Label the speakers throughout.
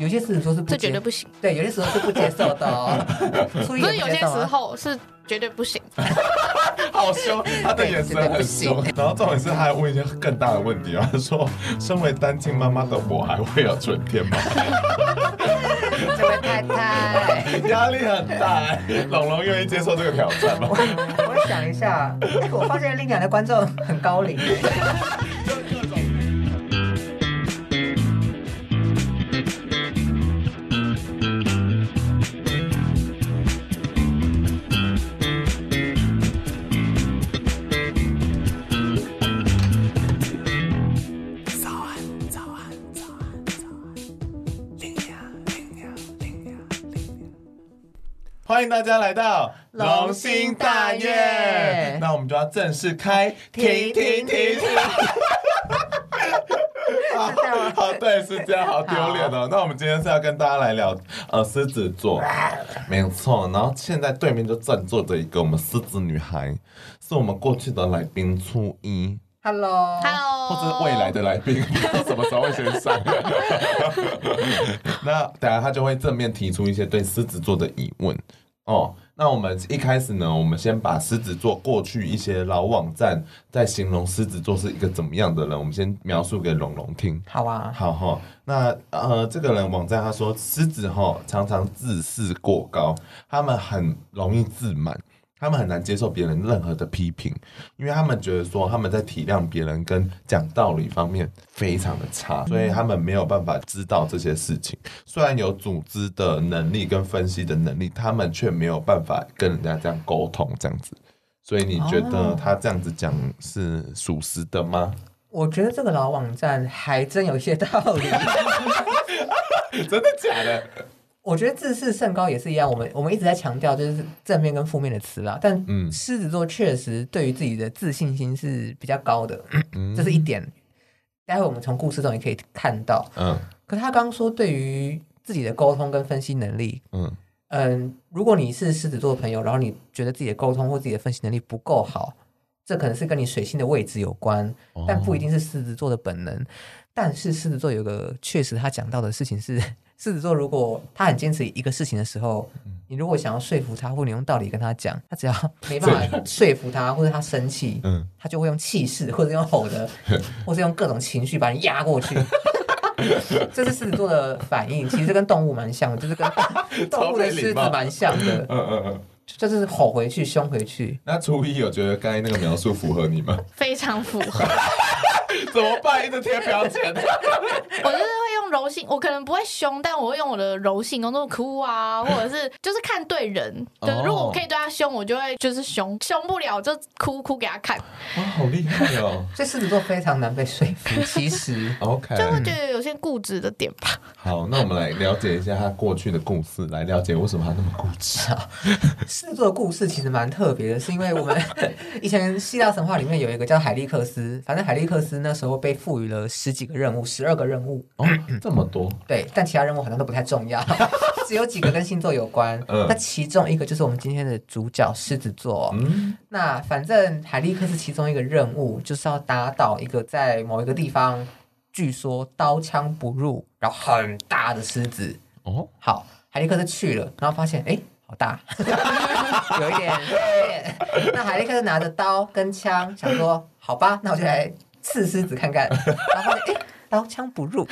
Speaker 1: 有些事情说是不
Speaker 2: 这
Speaker 1: 接
Speaker 2: 绝对不行。
Speaker 1: 对，有些时候是不接受的 哦，初一
Speaker 2: 不
Speaker 1: 也
Speaker 2: 是有
Speaker 1: 接
Speaker 2: 些
Speaker 1: 受啊
Speaker 2: 时候是绝对不行，
Speaker 3: 哦好凶，他的眼神很凶。然后重点是，他还问一些更大的问题啊，他说：“身为单亲妈妈的我，还会有春天吗
Speaker 1: 这位太 太，？”
Speaker 3: 压力很大、欸。龙龙愿意接受这个挑 战吗？
Speaker 1: 我想一下，哎，我发现令奖的观众很高 龄。哎
Speaker 3: 欢迎大家来到
Speaker 1: 龙兴大悦
Speaker 3: 那我们就要正式开
Speaker 1: 停停停停！
Speaker 3: 好
Speaker 1: 这样吗
Speaker 3: 好，哦对，是这样，好丢脸哦。那我们今天是要跟大家来聊呃狮子座，没错。然后现在对面就站坐着一个我们狮子女孩，是我们过去的来宾初一，
Speaker 1: Hello，
Speaker 2: Hello，
Speaker 3: 或者是未来的来宾，不知道什么时候会先上。那等下他就会正面提出一些对狮子座的疑问哦。那我们一开始呢，我们先把狮子座过去一些老网站在形容狮子座是一个怎么样的人，我们先描述给龙龙听。
Speaker 1: 好啊，
Speaker 3: 好哈，那呃，这个人网站他说，狮子哈常常自视过高，他们很容易自满，他们很难接受别人任何的批评，因为他们觉得说他们在体谅别人跟讲道理方面非常的差，所以他们没有办法知道这些事情。虽然有组织的能力跟分析的能力，他们却没有办法跟人家这样沟通这样子。所以你觉得他这样子讲是属实的吗？
Speaker 1: 我觉得这个老网站还真有一些道 理。
Speaker 3: 真的假的？
Speaker 1: 我觉得自视甚高也是一样，我们我们一直在强调就是正面跟负面的词啦。但
Speaker 3: 嗯
Speaker 1: 狮子座确实对于自己的自信心是比较高的，这是一点。待会我们从故事中也可以看到。
Speaker 3: 嗯
Speaker 1: 可他刚说对于自己的沟通跟分析能力，
Speaker 3: 嗯。
Speaker 1: 嗯，如果你是狮子座的朋友，然后你觉得自己的沟通或自己的分析能力不够好，这可能是跟你水星的位置有关，但不一定是狮子座的本能。但是狮子座有个确实他讲到的事情是， 狮子座如果他很坚持一个事情的时候，你如果想要说服他，或你用道理跟他讲，他只要没办法说服他，或者他生气，
Speaker 3: 嗯
Speaker 1: 他就会用气势，或者用吼的，或者用各种情绪把你压过去。 这是狮子座的反应，其实跟动物蛮像的，就是跟动物的狮子蛮像的，
Speaker 3: 嗯嗯嗯，
Speaker 1: 就就是吼回去、凶回去。
Speaker 3: 那初一有觉得刚才那个描述符合你吗？
Speaker 2: 非常符合。
Speaker 3: 怎么办？一直贴标签。
Speaker 2: 我就是会用柔性，我可能不会凶，但我会用我的柔性，那种哭啊，或者是就是看对人。对，
Speaker 3: 哦
Speaker 2: 如果我可以对他凶，我就会就是凶，凶不了就哭哭给他 看，
Speaker 3: 哇， 好厉害哦。
Speaker 1: 所以狮子座非常难被说服。其 实
Speaker 3: OK，
Speaker 2: 就会觉得有些固执的点 吧。
Speaker 3: 好，那我们来了解一下他过去的故事，来了解为什么他那么啊固执。
Speaker 1: 狮子座的故事其实蛮特别的，是因为我们 以前希腊神话里面有一个叫海利克斯，反正海利克斯那时候被赋予了十几个任务，十二个任务，
Speaker 3: 哦，这么多，
Speaker 1: 对，但其他任务好像都不太重 要，只有几个跟星座有关。
Speaker 3: 嗯
Speaker 1: 那其中一个就是我们今天的主角狮子座。
Speaker 3: 嗯
Speaker 1: 那反正海利克斯其中一个任务就是要打倒一个在某一个地方，据说刀枪不入，然后很大的狮子。
Speaker 3: 哦，
Speaker 1: 好，海利克斯去了，然后发现哎。诶好大， 有一点。对那海利克斯拿着刀跟枪，想说好吧，那我就来刺狮子看看。然后发现，哎，刀枪不入，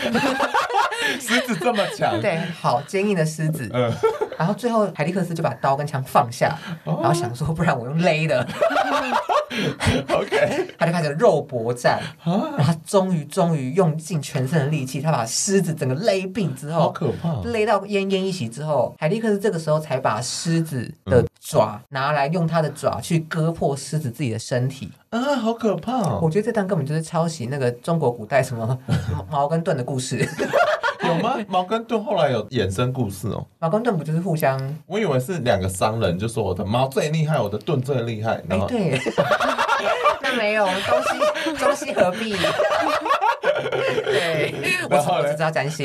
Speaker 3: 狮子这么强，
Speaker 1: 对，好坚硬的狮子。
Speaker 3: 嗯
Speaker 1: 然后最后海利克斯就把刀跟枪放下，
Speaker 3: 哦
Speaker 1: 然后想说，不然我用勒的，
Speaker 3: ，OK，
Speaker 1: 他就开始肉搏战。
Speaker 3: 啊，
Speaker 1: 然后他终于终于用尽全身的力气，他把狮子整个勒病之
Speaker 3: 好
Speaker 1: 后，
Speaker 3: 可怕。
Speaker 1: 勒到奄奄一息之后，海利克斯这个时候才把狮子的爪
Speaker 3: 嗯
Speaker 1: 拿来，用他的爪去割破狮子自己的身体。
Speaker 3: 啊，好可怕哦！
Speaker 1: 我觉得这段根本就是抄袭那个中国古代什么 毛跟盾的故事。
Speaker 3: 有吗？毛根盾后来有衍生故事哦。
Speaker 1: 毛跟盾不就是互相？
Speaker 3: 我以为是两个商人，就说我的猫最厉害，我的盾最厉害，
Speaker 1: 哎
Speaker 3: 然，后
Speaker 1: 对， 那没有东西，东西何 必？对，我
Speaker 3: 然
Speaker 1: 只
Speaker 3: 后
Speaker 1: 我
Speaker 3: 嘞
Speaker 1: 只知道占星。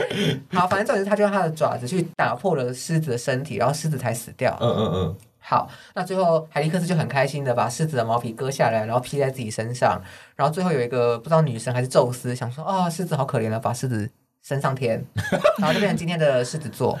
Speaker 1: 好，反正重点是他就用他的爪子去打破了狮子的身体，然后狮子才死掉。
Speaker 3: 嗯嗯嗯，
Speaker 1: 好，那最后海利克斯就很开心的把狮子的毛皮割下来，然后披在哦自己身上。然后最后有一个不知道女神还是宙斯想说，啊、狮子好可怜了，把狮子升上 天，然后就变成今天的狮子座，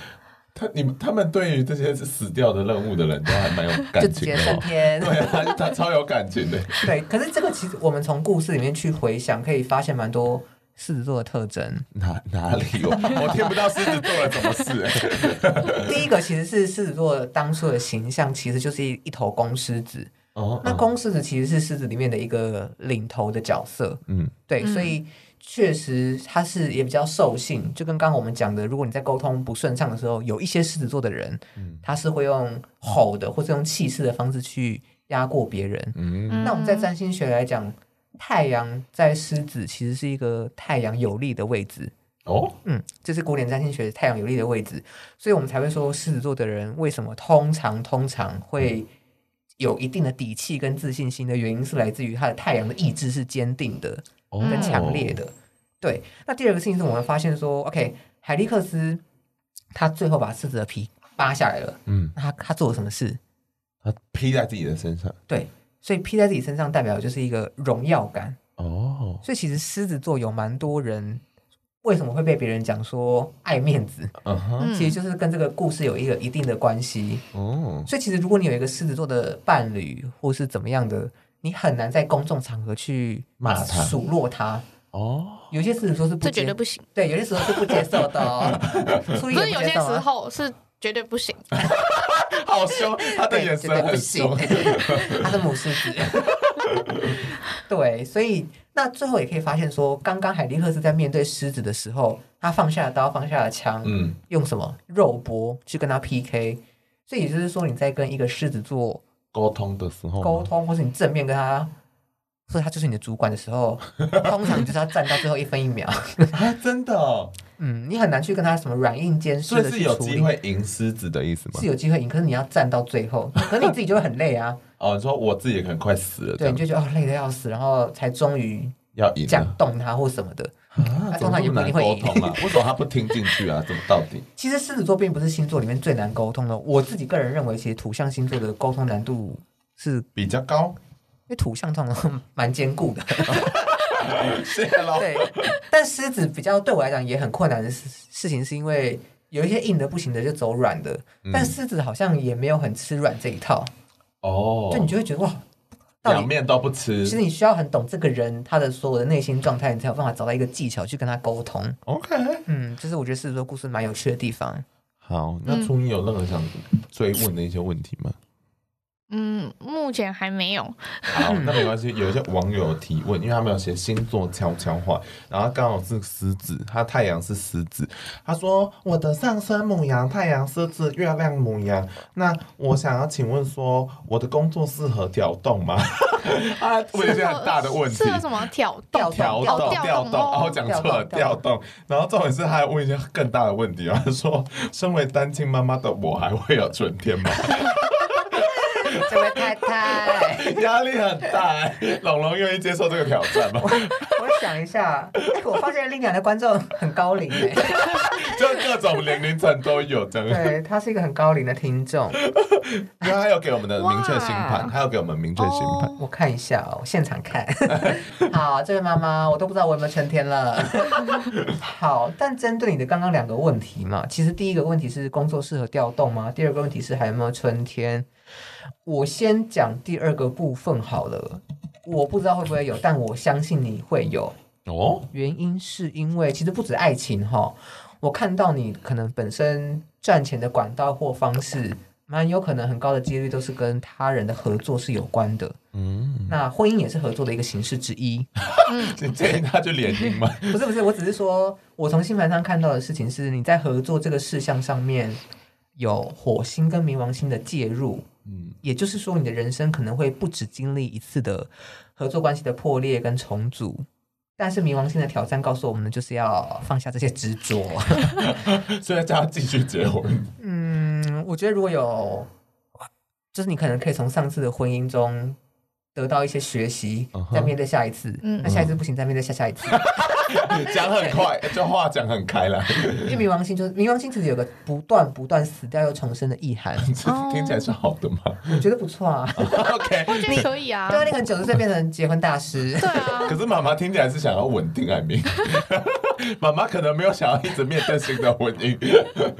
Speaker 3: 他你们他们对于这些死掉的任务的人都还蛮有
Speaker 1: 就
Speaker 3: 感
Speaker 1: 直
Speaker 3: 情
Speaker 1: 接
Speaker 3: 的
Speaker 1: 升
Speaker 3: 哦。
Speaker 1: 天。
Speaker 3: 对啊，他超有感情的。
Speaker 1: 对，可是这个其实我们从故事里面去回想，可以发现蛮多狮子座的特征。
Speaker 3: 哪哪里有？我听不到狮子座了什么事、欸？
Speaker 1: 第一个其实是狮子座当初的形象，其实就是一一头公狮子。
Speaker 3: 哦
Speaker 1: 那公狮子其实是狮子里面的一个领头的角色，
Speaker 3: 嗯
Speaker 1: 对，
Speaker 2: 嗯
Speaker 1: 所以确实它是也比较兽性，就跟刚刚我们讲的，如果你在沟通不顺畅的时候，有一些狮子座的人，
Speaker 3: 嗯
Speaker 1: 他是会用吼的或者用气势的方式去压过别人。
Speaker 3: 嗯
Speaker 2: 嗯
Speaker 1: 那我们在占星学来讲，太阳在狮子其实是一个太阳有利的位置，
Speaker 3: 哦
Speaker 1: 嗯，这是古典占星学太阳有利的位置，所以我们才会说狮子座的人为什么通常通常会有一定的底气跟自信心的原因，是来自于他的太阳的意志是坚定的
Speaker 3: 哦
Speaker 1: 跟强烈的。对，那第二个事情是我们发现说，OK，海利克斯他最后把狮子的皮扒下来了，
Speaker 3: 嗯，
Speaker 1: 那他他做了什么事？
Speaker 3: 他披在自己的身上
Speaker 1: 对，所以披在自己身上代表的就是一个荣耀感。
Speaker 3: 哦
Speaker 1: 所以其实狮子座有蛮多人为什么会被别人讲说爱面子？
Speaker 3: 嗯哼
Speaker 2: 嗯
Speaker 1: 其实就是跟这个故事有一个一定的关系。
Speaker 3: 哦
Speaker 1: 所以其实如果你有一个狮子座的伴侣或是怎么样的，你很难在公众场合去
Speaker 3: 骂他
Speaker 1: 数落他。
Speaker 3: 哦
Speaker 1: 有些狮子座是不
Speaker 2: 这
Speaker 1: 接
Speaker 2: 绝对不行，
Speaker 1: 对，有些时候是不接受的、 哦，所以
Speaker 2: 不是有些时
Speaker 3: 啊
Speaker 1: 候
Speaker 2: 候是绝对不行。
Speaker 3: 好凶，他的
Speaker 1: 对
Speaker 3: 眼
Speaker 1: 绝
Speaker 3: 神
Speaker 1: 对不
Speaker 3: 很
Speaker 1: 行
Speaker 3: 凶。，
Speaker 1: 他是母狮子。 对，所以那最后也可以发现说，刚刚海利克斯在面对狮子的时候，他放下了刀，放下了枪，
Speaker 3: 嗯
Speaker 1: 用什么肉搏去跟他 PK。所以也就是说，你在跟一个狮子座
Speaker 3: 沟通的时候吗
Speaker 1: 沟通，或是你正面跟他，或者他就是你的主管的时候，通常你就是要站到最后一分一秒。
Speaker 3: 啊，真的哦，
Speaker 1: 嗯，你很难去跟他什么软硬兼施
Speaker 3: 所以
Speaker 1: 的
Speaker 3: 是
Speaker 1: 去
Speaker 3: 有
Speaker 1: 处
Speaker 3: 机
Speaker 1: 理。
Speaker 3: 会赢狮子的意思吗
Speaker 1: 是？有机会赢，可是你要站到最后，可是你自己就会很累啊，
Speaker 3: 哦，你说我自己也可能快死了，这
Speaker 1: 对，
Speaker 3: 样
Speaker 1: 你就觉得哦累得要死，然后才终于
Speaker 3: 要赢
Speaker 1: 讲
Speaker 3: 了
Speaker 1: 动他或什么的。
Speaker 3: 啊，
Speaker 1: 他
Speaker 3: 怎么
Speaker 1: 通常
Speaker 3: 这
Speaker 1: 也
Speaker 3: 么
Speaker 1: 不一
Speaker 3: 难
Speaker 1: 定会
Speaker 3: 沟
Speaker 1: 赢
Speaker 3: 通啊？为什么他不听进去啊？怎么到底？
Speaker 1: 其实狮子座并不是星座里面最难沟通的，我自己个人认为，其实土象星座的沟通难度是，因
Speaker 3: 比较高，
Speaker 1: 为土象通常蛮坚固 的，
Speaker 3: 谢喽。
Speaker 1: 对。但狮子比较对我来讲也很困难的事事情，是因为有一些硬的不行的就走软的，
Speaker 3: 嗯
Speaker 1: 但狮子好像也没有很吃软这一套，
Speaker 3: 哦，
Speaker 1: 就你就会觉得哇，到
Speaker 3: 两
Speaker 1: 底。
Speaker 3: 面都不吃
Speaker 1: 其实你需要很懂这个人他的所有的内心状态，你才有办法找到一个技巧去跟他沟通。
Speaker 3: ，OK。
Speaker 1: 嗯，就是我觉得狮子座故事蛮有趣的地方。
Speaker 3: 好，
Speaker 1: 嗯
Speaker 3: 那初一有任何想追问的一些问题吗？
Speaker 2: 嗯，目前还没有。
Speaker 3: 好，那没关系。有一些网友提问，因为他们有写星座悄悄话，然后刚好是狮子，他太阳是狮子。他说我的上升母羊、太阳狮子、月亮母羊。那我想要请问说，我的工作适合调动吗？ 啊，问一些很大的问题
Speaker 2: 适。合什么 挑
Speaker 1: 调
Speaker 2: 动？
Speaker 3: 调
Speaker 1: 调
Speaker 3: 动
Speaker 2: 动
Speaker 3: 调动，
Speaker 2: 哦
Speaker 3: 哦，我讲错了，调
Speaker 1: 调
Speaker 3: 动。然后重点是他还问一些更大的问题啊，他 说：“身为单亲妈妈的我，还会有春天吗？”
Speaker 1: 这位太太，
Speaker 3: 压力很大、 欸，龙龙愿意接受这个挑战 吗？
Speaker 1: 我想一下，哎，我发现令娘的观众很高龄哎、
Speaker 3: 就各种年龄层都有这样。
Speaker 1: 对他是一个很高龄的听众。
Speaker 3: 因为他有给我们的明确星盘，
Speaker 2: 哇
Speaker 3: 他有给我们明确星盘。
Speaker 2: 哦
Speaker 1: 我看一下哦，我现场看。 好，这位妈妈，我都不知道我有没有成天了。 好，但针对你的刚刚两个问题嘛，其实第一个问题是工作适合调动吗？第二个问题是还有没有春天？我先讲第二个部分好了。我不知道会不会有，但我相信你会有。
Speaker 3: 哦，
Speaker 1: 原因是因为其实不止爱情哈，我看到你可能本身赚钱的管道或方式，蛮有可能很高的几率都是跟他人的合作是有关的。
Speaker 3: 嗯，
Speaker 1: 那婚姻也是合作的一个形式之一，
Speaker 3: 你 建议他去联姻吗？
Speaker 1: 不是不是，我只是说我从星盘上看到的事情是你在合作这个事项上面有火星跟冥王星的介入，
Speaker 3: 嗯，
Speaker 1: 也就是说你的人生可能会不止经历一次的合作关系的破裂跟重组。但是冥王星的挑战告诉我们的就是要放下这些执着。
Speaker 3: 所以叫他继续结婚。
Speaker 1: 嗯，我觉得如果有，就是你可能可以从上次的婚姻中得到一些学习
Speaker 3: 嗯哼
Speaker 1: 再面对下一次。
Speaker 2: 嗯
Speaker 1: 那下一次不行，再面对下下一 次。
Speaker 3: 讲很快，就话讲很开了，
Speaker 1: 因为冥王星就是冥王星，其实有个不断不断死掉又重生的意涵，
Speaker 2: 哦
Speaker 3: 听起来是好的吗
Speaker 1: 我觉得不错啊。
Speaker 3: 嗯？OK。
Speaker 2: 我觉得可以 啊。
Speaker 1: 对啊，你可能九十岁变成结婚大师，
Speaker 2: 对啊，
Speaker 3: 可是妈妈听起来是想要稳定爱民， 妈妈可能没有想要一直面对新的婚 姻，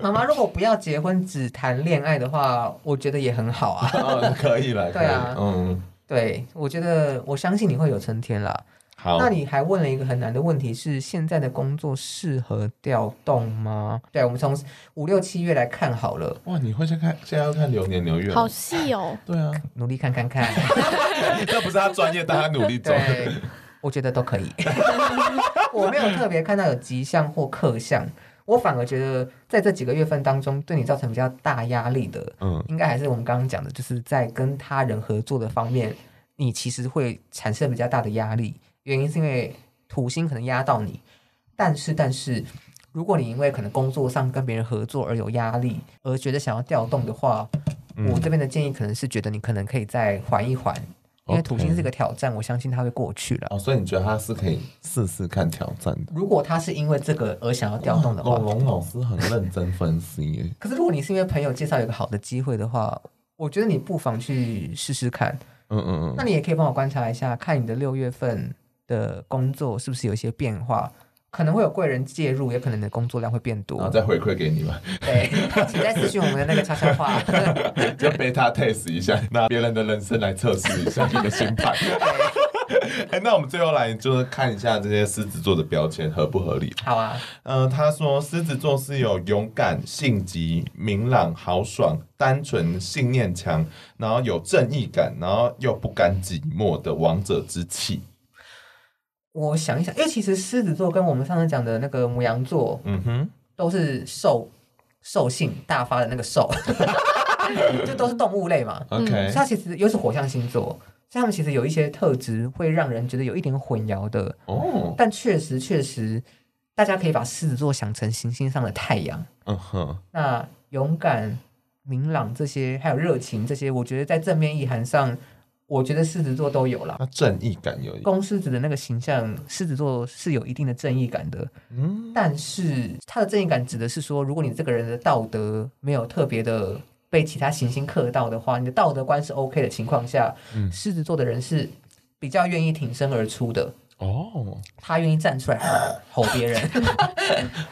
Speaker 1: 妈妈如果不要结婚，只谈恋爱的话，我觉得也很好啊。
Speaker 3: 嗯，可以了，可
Speaker 1: 对
Speaker 3: 以
Speaker 1: 啊，
Speaker 3: 嗯，
Speaker 1: 对，我觉得我相信你会有升天啦。
Speaker 3: 好，
Speaker 1: 那你还问了一个很难的问题是：现在的工作适合调动吗？对，我们从五六七月来看好了，
Speaker 3: 哇，你会先看，现在要看流年流月了，
Speaker 2: 好细哦。
Speaker 3: 对啊，
Speaker 1: 努力看看看。
Speaker 3: 那不是他专业，但他努力做，
Speaker 1: 对，我觉得都可以。 我没有特别看到有吉象或克象，我反而觉得在这几个月份当中，对你造成比较大压力的，
Speaker 3: 嗯，
Speaker 1: 应该还是我们刚刚讲的，就是在跟他人合作的方面，你其实会产生比较大的压力，原因是因为土星可能压到你，但是但是。如果你因为可能工作上跟别人合作而有压力，而觉得想要调动的话，我这边的建议可能是觉得你可能可以再缓一缓，因为土星是一个挑战，我相信它会过去了。
Speaker 3: 哦，所以你觉得他是可以试试看挑战的？哦
Speaker 1: 如果他是因为这个而想要调动的话
Speaker 3: 龙，龙老师很认真分析耶，
Speaker 1: 可是如果你是因为朋友介绍有个好的机会的话，我觉得你不妨去试试看。
Speaker 3: 嗯嗯
Speaker 1: 那
Speaker 3: 嗯，
Speaker 1: 你也可以帮我观察一下，看你的六月份的工作是不是有一些变化，可能会有贵人介入，也可能你的工作量会变
Speaker 3: 然
Speaker 1: 多
Speaker 3: 后。再回馈给你吧，
Speaker 1: 对，请再私讯我们的那个悄悄话。 对
Speaker 3: 就 beta test 一下，拿别人的人生来测试一下你的心态。 哎，那我们最后来就是看一下这些狮子座的标签合不合理。
Speaker 1: 好啊，
Speaker 3: 嗯、他说狮子座是有勇敢、性急、明朗、豪爽、单纯、信念强，然后有正义感，然后又不甘寂寞的王者之气。
Speaker 1: 我想一想，因为其实狮子座跟我们上次讲的那个母羊座
Speaker 3: 嗯哼，
Speaker 1: 都是兽兽性大发的那个兽， 就都是动物类 嘛。所以
Speaker 3: OK，
Speaker 1: 它其实又是火象星座，所以他们其实有一些特质会让人觉得有一点混淆的，
Speaker 3: 哦，
Speaker 1: 但确实确实，大家可以把狮子座想成行星上的太阳。
Speaker 3: 嗯哼，
Speaker 1: 那勇敢、明朗这些，还有热情这些，我觉得在正面意涵上，我觉得狮子座都有啦。
Speaker 3: 那正义感有一，
Speaker 1: 公狮子的那个形象，狮子座是有一定的正义感的，
Speaker 3: 嗯，
Speaker 1: 但是他的正义感指的是说，如果你这个人的道德没有特别的被其他行星克到的话，你的道德观是 OK 的情况下，
Speaker 3: 嗯
Speaker 1: 狮子座的人是比较愿意挺身而出的，
Speaker 3: 哦，
Speaker 1: 他愿意站出来吼别人。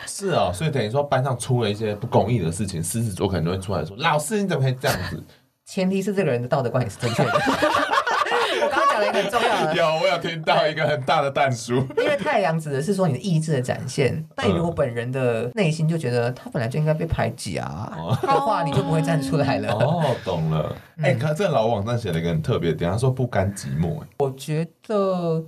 Speaker 3: 是哦，所以等于说班上出了一些不公义的事情，狮子座可能就会出来说：“老师，你怎么可以这样子
Speaker 1: 前提是这个人的道德观也是正确 的。我刚刚讲了一个很重要？”的。
Speaker 3: 有，我有听到一个很大的蛋叔。
Speaker 1: 因为太阳指的是说你的意志的展
Speaker 3: 嗯
Speaker 1: 现，但你如果本人的内心就觉得他本来就应该被排挤啊
Speaker 3: 哦
Speaker 1: 的话，你就不会站出来了。
Speaker 3: 哦，懂了。 哎、看这老网站写了一个很特别的点，他说不甘寂寞、哎，
Speaker 1: 我觉得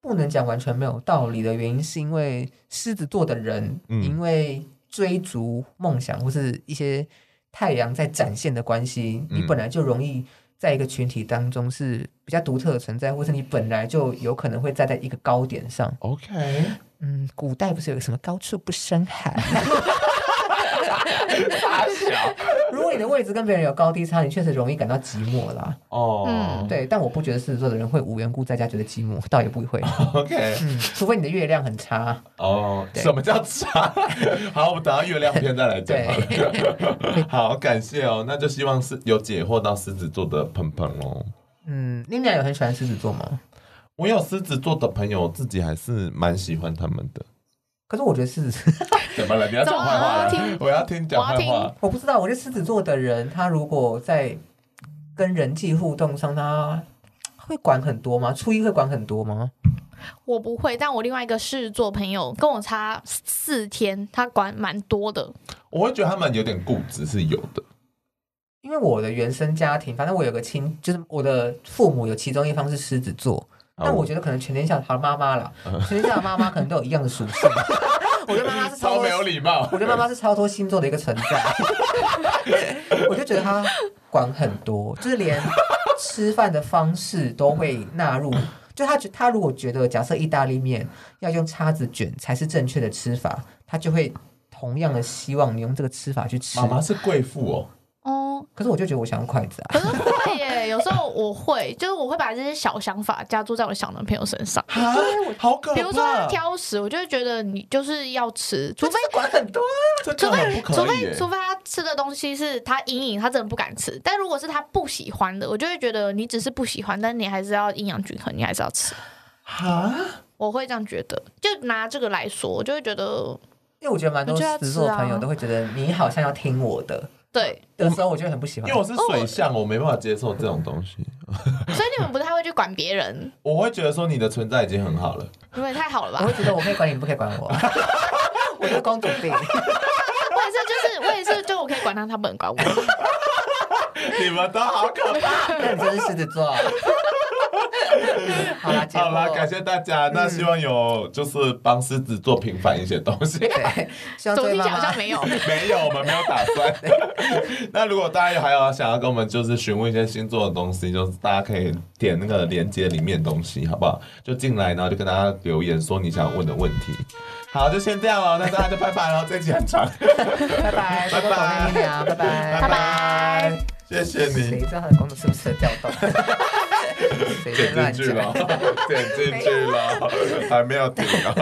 Speaker 1: 不能讲完全没有道理的原因，是因为狮子座的人，
Speaker 3: 嗯
Speaker 1: 因为追逐梦想或是一些太阳在展现的关系，
Speaker 3: 嗯
Speaker 1: 你本来就容易在一个群体当中是比较独特的存在，或是你本来就有可能会站在一个高点上。
Speaker 3: OK，
Speaker 1: 嗯，古代不是有个什么高处不胜寒？
Speaker 3: 大小
Speaker 1: 如果你的位置跟别人有高低差，你确实容易感到寂寞啦。
Speaker 3: 哦、
Speaker 2: 嗯
Speaker 1: 对，但我不觉得狮子座的人会无缘故在家觉得寂寞，倒也不会。
Speaker 3: o k
Speaker 1: 嗯，除非你的月亮很差。
Speaker 3: 哦、
Speaker 1: 对
Speaker 3: 什么叫差？ 好，我们等到月亮篇再来讲好了。 好，感谢哦，那就希望是有解惑到狮子座的鹏鹏哦。
Speaker 1: 嗯，你俩有很喜欢狮子座吗？
Speaker 3: 我有狮子座的朋友，自己还是蛮喜欢他们的。
Speaker 1: 可是我觉得狮子，
Speaker 3: 怎么了？你要讲坏话
Speaker 2: 怎么了
Speaker 3: 了？我要听讲坏
Speaker 2: 我要
Speaker 3: 话。
Speaker 1: 我不知道，我觉得狮子座的人，他如果在跟人际互动上，他会管很多吗？初一会管很多吗？
Speaker 2: 我不会，但我另外一个狮子座朋友跟我差四天，他管蛮多的。
Speaker 3: 我会觉得他们有点固执是有的。
Speaker 1: 因为我的原生家庭，反正我有个亲，就是我的父母有其中一方是狮子座，
Speaker 3: 哦
Speaker 1: 但我觉得可能全天下好妈妈 啦，全天下的妈妈可能都有一样的属性。 我觉得妈妈是超
Speaker 3: 超
Speaker 1: 多
Speaker 3: 没有礼貌。
Speaker 1: 我觉得妈妈是超脱星座的一个存在， 我就觉得她管很多，就是连吃饭的方式都会纳入。就她觉她如果觉得假设意大利面要用叉子卷才是正确的吃法，她就会同样的希望你用这个吃法去吃
Speaker 3: 妈。妈是贵妇哦，
Speaker 2: 哦，
Speaker 1: 可是我就觉得我想用筷子啊，
Speaker 2: 可是会耶，有时候我会，就是我会把这些小想法加注在我小男朋友身上。
Speaker 3: 啊，好可怕！
Speaker 2: 比如说他挑食，我就会觉得你就是要吃，除非
Speaker 1: 管很多。
Speaker 3: 这
Speaker 2: 除
Speaker 3: 根本
Speaker 2: 非
Speaker 3: 不
Speaker 2: 除
Speaker 3: 可以
Speaker 2: 非
Speaker 3: 耶。
Speaker 2: 除非他吃的东西是他阴影，他真的不敢吃。但如果是他不喜欢的，我就会觉得你只是不喜欢，但你还是要阴阳均衡，你还是要吃。
Speaker 3: 哈，
Speaker 2: 我会这样觉得。就拿这个来说，我就会觉得
Speaker 1: 因为我觉得蛮多
Speaker 2: 我觉得要
Speaker 1: 狮子座的朋
Speaker 2: 吃
Speaker 1: 友
Speaker 2: 啊
Speaker 1: 都会觉得你好像要听我的
Speaker 2: 对，
Speaker 1: 的时候，我就会很不喜欢
Speaker 3: 因为。我是水象，我没办法接受这种东西。
Speaker 2: 所以你们不太会去管别人，
Speaker 3: 我会觉得说你的存在已经很好了，
Speaker 2: 你们也太好了吧
Speaker 1: 我？会觉得我可以管你，你不可以管我。 我就是公主病，
Speaker 2: 我也是，就是我也是，就我可以管他，他不 能管我。
Speaker 1: 啊
Speaker 3: 你们都好可怕。
Speaker 1: 那你就是狮子 座。好啦，结果
Speaker 3: 好啦，感谢大家。那希望有就是帮狮子座平反一些东西。
Speaker 1: 对，希望
Speaker 2: 总
Speaker 1: 这位
Speaker 2: 听起
Speaker 1: 妈
Speaker 2: 来好
Speaker 1: 妈
Speaker 2: 像没有。
Speaker 3: 没有，我们没有打 算。那如果大家还有想要跟我们就是询问一些星座的东西，就是大家可以点那个链接里面的东西，好不好？就进来，然后就跟大家留言说你想问的问题。好，就先这样了，那大家就拜拜了，这一集很长，
Speaker 1: 拜拜，拜
Speaker 3: 拜
Speaker 1: 拜，拜拜，
Speaker 3: 拜
Speaker 2: 拜。
Speaker 3: 谢谢
Speaker 1: 谁
Speaker 3: 你，
Speaker 1: 知道他的工作是不是调 动？随便
Speaker 3: 剪
Speaker 1: 乱
Speaker 3: 进去
Speaker 1: 讲
Speaker 3: 了。，剪进去了，还没有停啊。